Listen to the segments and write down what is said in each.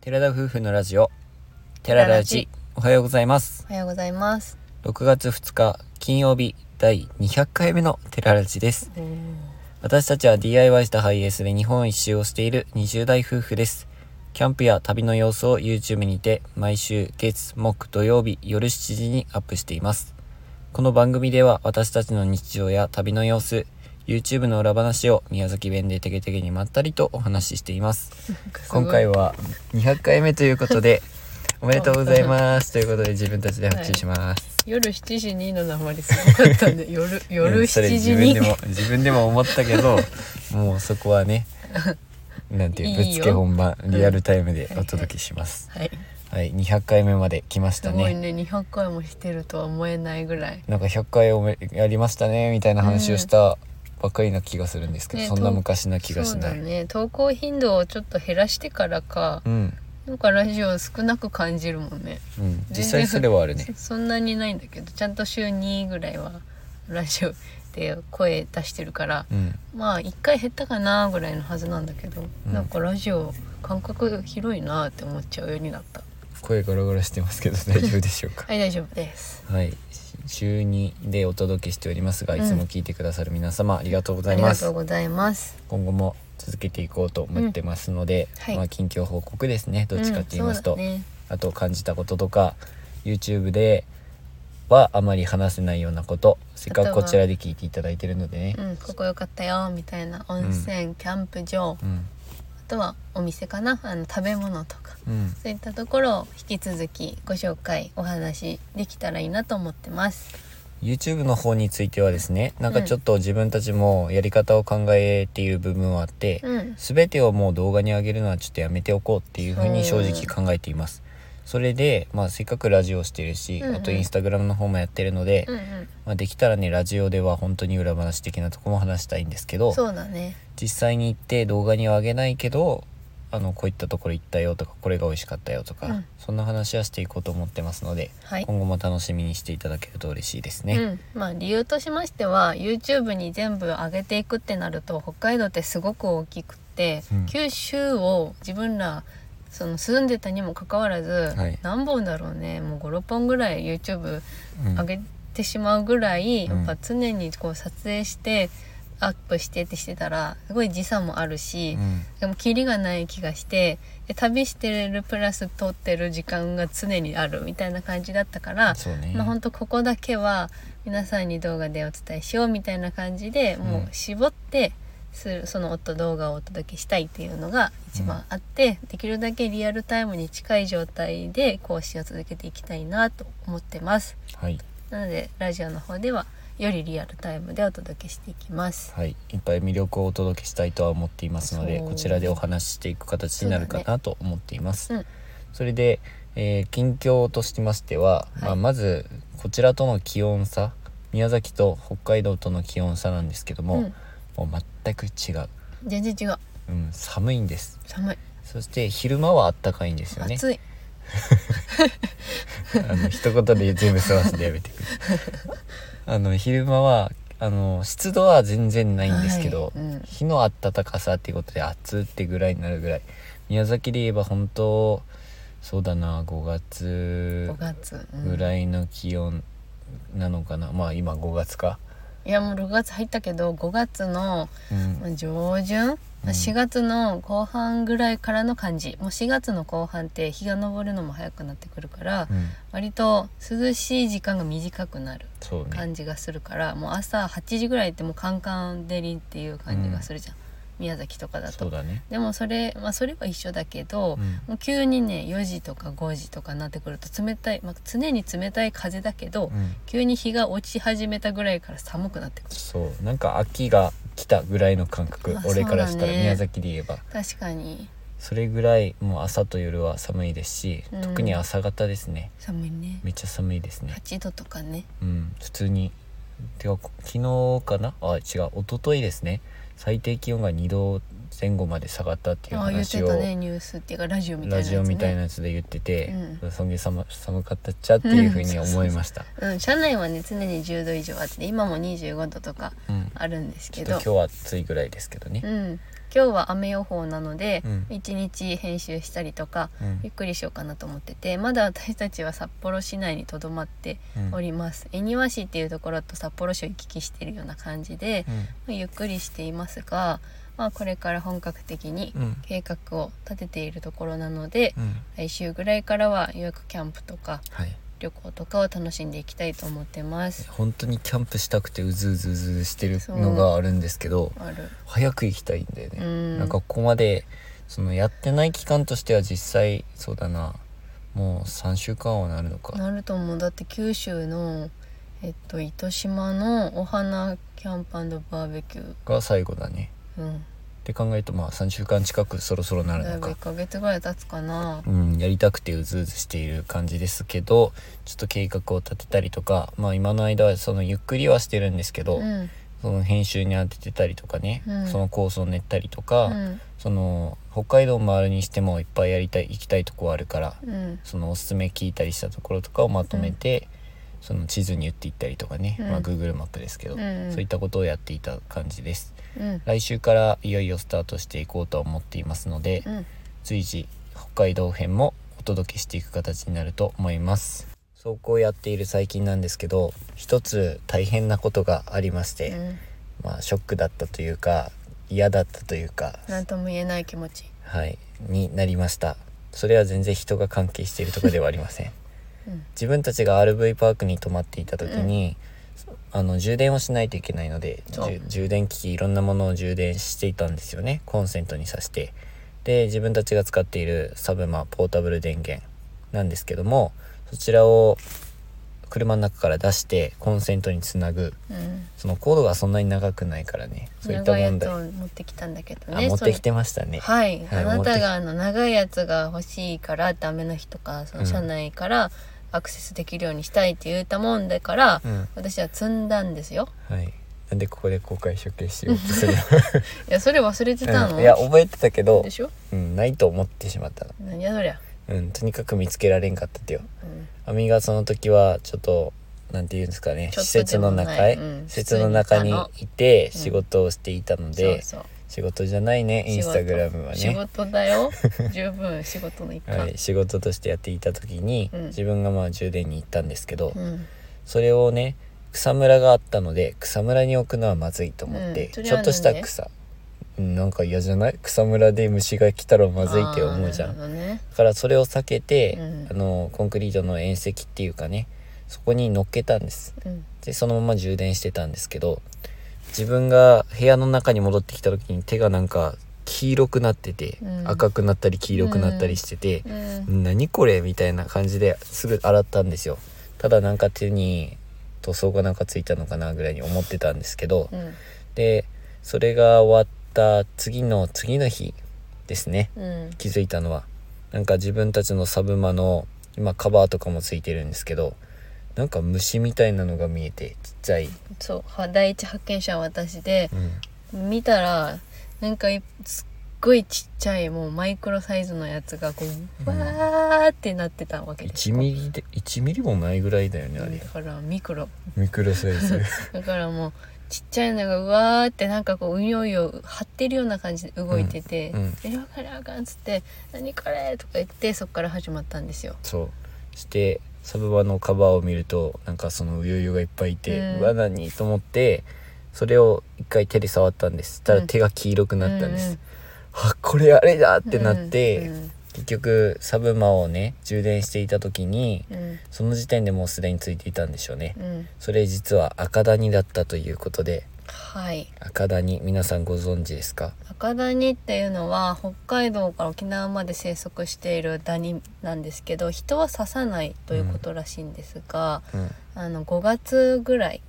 寺田夫婦のラジオ寺ラジおはようございますおはようございます。 6月2日金曜日第200回目の寺ラジです私たちは DIY したハイエースで日本一周をしている20代夫婦ですキャンプや旅の様子を YouTube にて毎週月木土曜日夜7時にアップしていますこの番組では私たちの日常や旅の様子 YouTube の裏話を宮崎弁でテケテケにまったりとお話ししています今回はは200回目ということ でおめでとうございますということで自分たちで発注します、夜7時にの鉛 すごかったね。夜 夜うんそれ7自時分にでも自分でも思ったけど もうそこはねなんていうぶっいいつよけ本番リアルタイムでお届けします、はい。はい200回目まで来ましすたごいねね200回もしてるとは思えないぐらい。なんか100回おめやりましたねみたいな話をしたばっかりな気がするんですけど、ねそんな昔な気がしなそういだね。投稿頻度をちょっと減らしてからか、うんなんかラジオ少なく感じるもんね。うん実際それはあるね そそんなにないんだけど、ちゃんと週2ぐらいはラジオで声出してるから、うんまあ1回減ったかなぐらいのはずなんだけど、うんなんかラジオ感覚広いなって思っちゃうようになった。声ガラガラしてますけど大丈夫でしょうかはい大丈夫です。はい、し週2でお届けしておりますが、うんいつも聞いてくださる皆様ありがとうござあいりまがとすう。ございます。今後も続けていこうと思ってますので、うんはいまあ近況報告ですね。どっちかって言いますと、うんそうだねあと感じたこととか、YouTube ではあまり話せないようなこと、せっかくこちらで聞いていただいてるのでね。うん、ここ良かったよみたいな温泉、キャンプ場う、ん、あとはお店かな、あの食べ物とか。うん、そういったところを引き続きご紹介お話できたらいいなと思ってます。 YouTube の方についてはですね、なんかちょっと自分たちもやり方を考えている部分はあって、うん、全てをもう動画に上げるのはちょっとやめておこうっていうふうに正直考えていますそれで、まあ、せっかくラジオしてるし、うんうんあとインスタグラムの方もやってるので、うんうん、まあ、できたらねラジオでは本当に裏話的なとこも話したいんですけどそうだね。実際に行って動画には上げないけどあのこういったところ行ったよとかこれが美味しかったよとか、うんそんな話はしていこうと思ってますのではい。今後も楽しみにしていただけると嬉しいですね。うん、まあ理由としましては YouTube に全部上げていくってなると北海道ってすごく大きくって、うん九州を自分らその住んでたにもかかわらず、はい何本だろうねもう56本ぐらい YouTube うん上げてしまうぐらい、うんやっぱ常にこう撮影してアップしてってしてたらすごい時差もあるし、うんでもキリがない気がしてで旅してるプラス撮ってる時間が常にあるみたいな感じだったから、そうね、まあ、本当ここだけは皆さんに動画でお伝えしようみたいな感じでもう絞ってするその音動画をお届けしたいっていうのが一番あって、できるだけリアルタイムに近い状態で更新を続けていきたいなと思ってますはいなのでラジオの方ではよりリアルタイムでお届けしていきますはい、いっぱい魅力をお届けしたいとは思っていますのでそうこちらでお話ししていく形になるかなと思っています。そ,、うんれで、えー近況としましては、はいまあ、まずこちらとの気温差宮崎と北海道との気温差なんですけども、うんもう全く違う、全然違ううん、寒いんです寒い、そして昼間はあったかいんですよね暑いあの一言で全部済ませてやめて くれあの昼間はあの湿度は全然ないんですけど、はいうん日の暖かさっていうことで暑ってぐらいになるぐらい宮崎で言えば本当そうだな5 5月月、うんぐらいの気温なのかな、まあ今5月か、いやもう6月入ったけど5月のうんまあ上旬、うん4月の後半ぐらいからの感じもう4月の後半って日が昇るのも早くなってくるから、うん割と涼しい時間が短くなるそうね感じがするから、もう朝8時ぐらいってもうカンカン照りっていう感じがするじゃん、宮崎とかだそうと。だね、でもそれ、まあ、それは一緒だけど、うんもう急にね4時とか5時とかになってくると冷たい、まあ、常に冷たい風だけど、うん、急に日が落ち始めたぐらいから寒くなってくる。そうなんか秋が来たぐらいの感覚あ俺からしたそらうだね宮崎で言えば確かにそれぐらいもう朝と夜は寒いですし、うん特に朝方ですね寒いねめっちゃ寒いですね、 8度とかねうん、普通にてか昨日かなあ違う一昨日ですね最低気温が2度前後まで下がったっていうああ言って話を、たねニュースっていうかラジオみたいラなやつ、ね、ジオみたいなやつで言っててう、そんげ寒寒かったっちゃっていうふうに思いました、うん車内はね常に10度以上あって今も25度とかうんあるんですちょっけとど今日は暑いぐらいですけどね、うん今日は雨予報なので、うん一日編集したりとかうんゆっくりしようかなと思っててまだ私たちは札幌市内にとどまってうんおります恵庭市っていうところと札幌市を行き来しているような感じで、まあゆっくりしていますが、まあ、これから本格的にうんうん計画を立てているところなので、うん来週ぐらいからはようやくキャンプとかはい旅行とかを楽しんでいきたいと思ってます。本当にキャンプしたくてうずうずうずしてるのがあるんですけどある早く行きたいんだよね、うんなんかここまでそのやってない期間としては実際そうだなもう3週間はなるのかなると思うだって九州の、えっと、糸島のお花キャンプバーベキュー、が最後だねうん、って考えるとまあ3週間近くそろそろなるだいのぶか1、ヶ月ぐらい経つかなうん、やりたくてうずうずしている感じですけどちょっと計画を立てたりとかまあ今の間はそのゆっくりはしてるんですけど、うんその編集に当ててたりとかね、うんその構想を練ったりとか、うんその北海道回るにしてもいっぱいやりたい行きたいとこはあるからうんそのおすすめ聞いたりしたところとかをまとめて、その地図に打っていったりとかね、うんまあ、Google マップですけど、うんうんそういったことをやっていた感じですうん来週からいよいよスタートしていこうとは思っていますので、うん随時北海道編もお届けしていく形になると思います走行をやっている最近なんですけど一つ大変なことがありまして、うんまあショックだったというか嫌だったというかなんとも言えない気持ちはい、になりましたそれは全然人が関係しているとかではありま せんうん自分たちが RV パークに泊まっていた時に、あの充電をしないといけないのでじゅそう充電機器いろんなものを充電していたんですよねコンセントに挿してで自分たちが使っているサブマポータブル電源なんですけどもそちらを車の中から出してコンセントにつなぐうんそのコードがそんなに長くないからねそういった長いや問つ題、を持ってきたんだけどあね持ってきそれてましたねはい、はいあな持ってたきがあの長いやつが欲しいからダメな日とかその車内からアクセスできるようにしたいって言ったもんだから、うん私は積んだんですよはい。なんでここで公開処刑しようとするいやそれ忘れてたの、の、うんいや覚えてたけどで、しょうん、ないと思ってしまったの何やそりゃ、うんとにかく見つけられんかったってようんアミがその時はちょっとなんていうんですかねちょ施っと設でのも中ないへ、うん施設の中にいて普通にいた仕の事をしていたので、そうそう仕事じゃないねインスタグラムは仕ね事 だよ十分仕事の一環、はい、仕事としてやっていた時に、うん自分がまあ充電に行ったんですけど、うんそれをね草むらがあったので草むらに置くのはまずいと思って、うんそれちはょっとしたなんで草うんなんか嫌じゃない草むらで虫が来たらまずいって思うじゃあーんだなるほどねからそれを避けて、うんあのコンクリートの縁石っていうかねそこに乗っけたんですうんでそのまま充電してたんですけど自分が部屋の中に戻ってきた時に手がなんか黄色くなってて、うん赤くなったり黄色くなったりしてて、うん何これみたいな感じですぐ洗ったんですよただなんか手に塗装がなんかついたのかなぐらいに思ってたんですけどうんでそれが終わった次の次の日ですねうん気づいたのはなんか自分たちのサブマの今カバーとかもついてるんですけどなんか虫みたいなのが見えてちっちゃい、そうは第一発見者は私でうん見たらなんかいすっごいちっちゃいもうマイクロサイズのやつがこううんわーってなってたわけです1ミリで1ミリもないぐらいだよねあだれからミクロミクロサイズだからもうちっちゃいのがうわーってなんかこううよいよ張ってるような感じで動いててうんうん「えわかるわかん」っつって「何これ!」とか言ってそっから始まったんですよ。そうしてサブバのカバーを見るとなんかそのウヨウヨがいっぱいいて、ううんわ何と思ってそれを一回手で触ったんですしたら手が黄色くなったんです、うんうんあこれあれだってなって、うん結局サブマをね充電していた時にうんその時点でもうすでについていたんでしょうね、うんそれ実は赤ダニだったということではい赤ダニ皆さんご存知ですか赤ダニっていうのは北海道から沖縄まで生息しているダニなんですけど人は刺さないということらしいんですが、うんあの5月ぐらい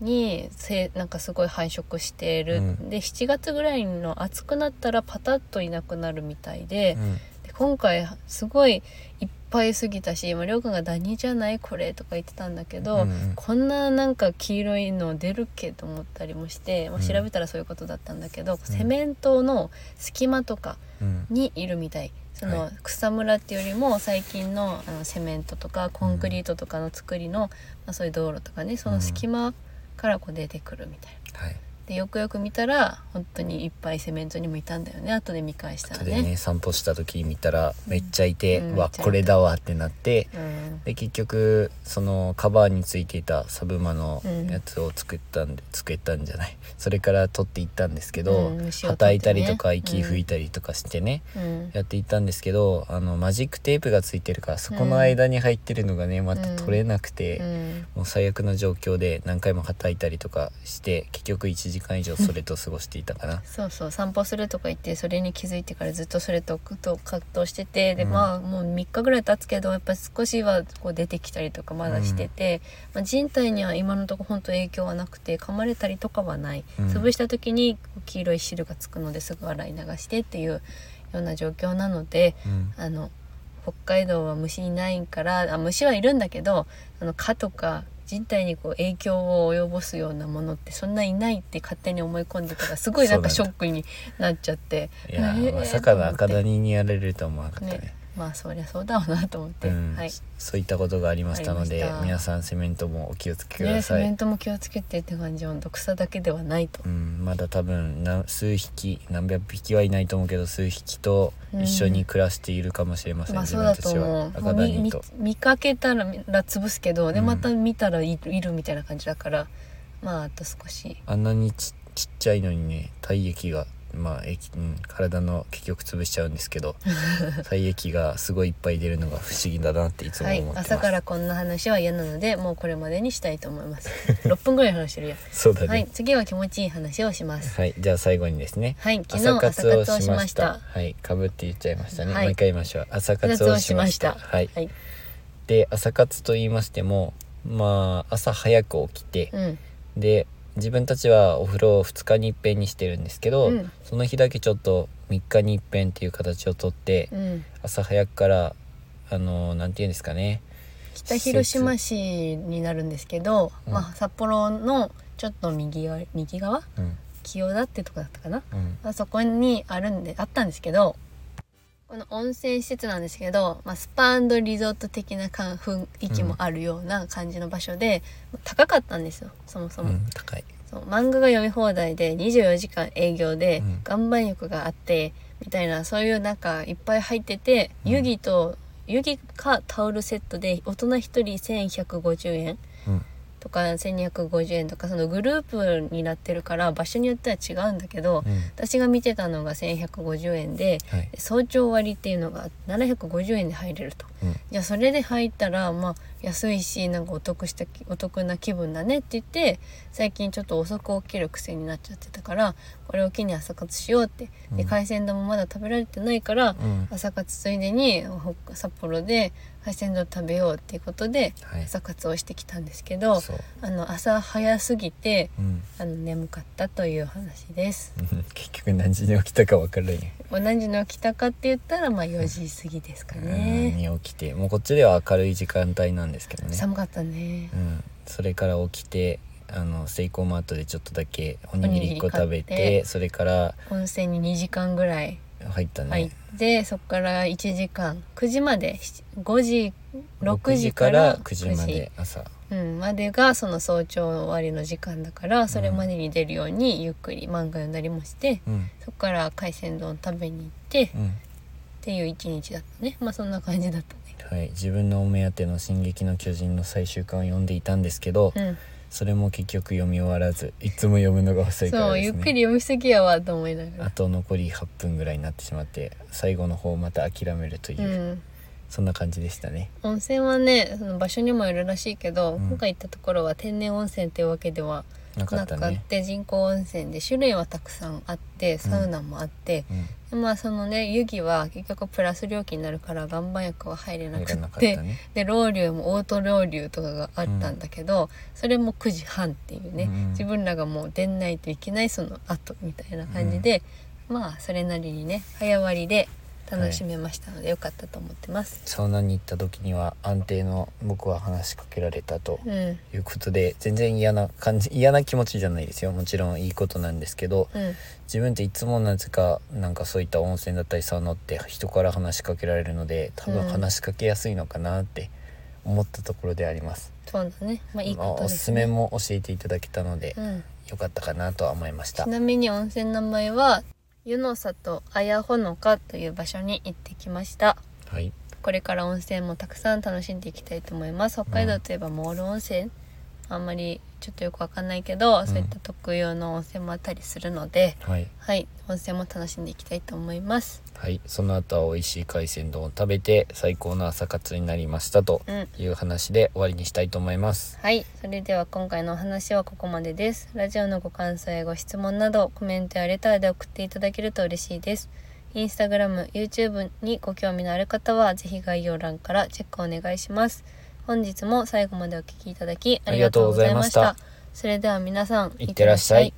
にせなんかすごい繁殖している、うんで7月ぐらいの暑くなったらパタッといなくなるみたいで,、うんで今回すごいいっぱい過ぎたしまありょうくんが「ダニじゃないこれ」とか言ってたんだけど、うんうんこんななんか黄色いの出るっけと思ったりもして、まあ、うん調べたらそういうことだったんだけど、セメントの隙間とかうんにいるみたいそはの草むらっていうよりも最近のあのセメントとかコンクリートとかの作りの、まあ、そういう道路とかねその隙間からこう出てくるみたいなはいでよくよく見たら本当にいっぱいセメントにもいたんだよね後で見返したら後でねね散歩した時見たらめっちゃいて、ううんめわっちゃいたこれだわってなってうんで結局そのカバーについていたサブマのやつを作ったんで、作ったんじゃないそれから取っていったんですけど、うん虫を叩取っいてたねりとか息吹いたりとかしてね、うんやっていったんですけどあのマジックテープがついてるからそこの間に入ってるのがねまた取れなくて、うんもう最悪の状況で何回も叩いたりとかして結局1時間以上それと過ごしていたかなそうそう散歩するとか言ってそれに気づいてからずっとそれとと葛藤しててで、うんまあもう3日ぐらい経つけどやっぱ少しはこう出てきたりとかまだしてて、まあ、人体には今のところ本当影響はなくて噛まれたりとかはない、うん潰した時に黄色い汁がつくのですぐ洗い流してっていうような状況なのでうんあの北海道は虫いないからあ虫はいるんだけどあの蚊とか人体にこう影響を及ぼすようなものってそんないないって勝手に思い込んでたからすごいなんかシそョうなッんクになっちゃっていやえーーまさかの赤と思って谷にやられるとは思わなかったねねまあそりゃそうだわなと思って、うんはい。そういったことがありましたのあでりました皆さんセメントもお気をつけくねだセさい、メントも気をつけてって感じ本当草だけではないとう。ん、まだ多分な数匹何百匹はいないと思うけど数匹と一緒に暮らしているかもしれません、まあ自そう分だたとちは思うも赤うみ谷見と見かけたら潰すけどでうんまた見たらいるいるみたいな感じだからまああと少しあんなにちちっちゃいのにね体液がまあ液、うん、体の結局潰しちゃうんですけ ど体液がすごいいっぱい出るのが不思議だなっていつもは思っています、朝からこんな話は嫌なのでもうこれまでにしたいと思い ます6分ぐらい話してるやんそうだねはい次は気持ちいい話をしますはい、じゃあ最後にですねはい昨日朝活をしましたはいかぶって言っちゃいましたね、はいもう一回言いましょう朝活をしました朝活をしましはいはいで朝活と言いましてもまあ朝早く起きて、うんで自分たちはお風呂を2日に一遍にしてるんですけど、うんその日だけちょっと3日に一遍っていう形をとって、うん朝早くからあのなんて言うんですかね北広島市になるんですけど、うんまあ札幌のちょっと右側右側うん清田ってとこだったかなうんあそこにあるんであったんですけどこの温泉施設なんですけど、まあ、スパリゾート的な感雰囲気もあるような感じの場所で、高かったんですよそもそうも、ん高いそう漫画が読み放題で24時間営業でうん岩盤浴があってみたいなそういうなんかいっぱい入ってて湯着と湯着かタオルセットで大人1人1150円うんとか1250円とかそのグループになってるから場所によっては違うんだけどうん私が見てたのが1150円ではい早朝割っていうのが750円で入れると。うんじゃあそれで入ったらまあ安いしなんかお得したきお得な気分だねって言って最近ちょっと遅く起きる癖になっちゃってたからこれを機に朝活しようってでうん海鮮丼もまだ食べられてないからうん朝活ついでに北札幌で海鮮丼食べようっていうことではい朝活をしてきたんですけどそうあの朝早すぎてうんあの眠かったという話です。うん 結局何時に起きたか分からない、何時の起きたかって言ったらまあ4時過ぎですかうんね。に起きてもうこっちでは明るい時間帯なんですけどね、寒かったねう。ん、それから起きてあのセイコーマートでちょっとだけおにぎり1個食べおにぎり買っててそれから温泉に2時間ぐらい入ったね、入って、そこから1時間9時まで7 5時6 6時時かからら9時まで朝9時うん、までがその早朝終わりの時間だからそれまでに出るようにゆっくり漫画読んだりもして、うんそこから海鮮丼食べに行ってっうんていう一日だったねまあそんな感じだったはい、自分のお目当ての「進撃の巨人」の最終巻を読んでいたんですけど、ね。うんそれも結局読み終わらずいつも読むのが遅いかそらうでゆっすくねり読みすぎやわと思いながあら。と残り8分ぐらいになってしまって最後の方また諦めるという、うんそんな感じでしたね温泉はねその場所にもよるらしいけうど、ん今回行ったところは天然温泉っていうわけではなかなったくあっねて、人工温泉で種類はたくさんあってサウナもあって、うんでまあそのね湯着は結局プラス料金になるから岩盤浴は入れな入くらっなかってたねでロウリュもオートロウリュとかがあったんだけど、それも9時半っていうね、うん自分らがもう出ないといけないその後みたいな感じで、まあそれなりにね早割りで楽しめましたので、よかったと思ってます。サウナに行った時には安定の僕は話しかけられたとうんいうことで全然嫌な感じ嫌な気持ちじゃないですよもちろんいいことなんですけどうん自分っていつもなぜかなんかそういった温泉だったりサウナって人から話しかけられるので多分うん話しかけやすいのかなって思ったところであります、そうだね。まあいいまあこおとですすすめね。も教えていただけたので、うん。良かったかなとは思いましたちなみに温泉の名前は湯の里綾穂の香という場所に行ってきましたはいこれから温泉もたくさん楽しんでいきたいと思います北海道といえばモール温泉、あんまりちょっとよくわかんないけど、そういった特有の温泉もあったりするのではいはい温泉も楽しんでいきたいと思いますはいその後は美味しい海鮮丼を食べて最高の朝活になりましたとうんいう話で終わりにしたいと思いますはいそれでは今回のお話はここまでですラジオのご感想やご質問などコメントやレターで送っていただけると嬉しいですインスタグラム YouTube にご興味のある方はぜひ概要欄からチェックお願いします本日も最後までお聞きいただきありがとうございましたありがとうございまそれでは皆さんいってらっしゃい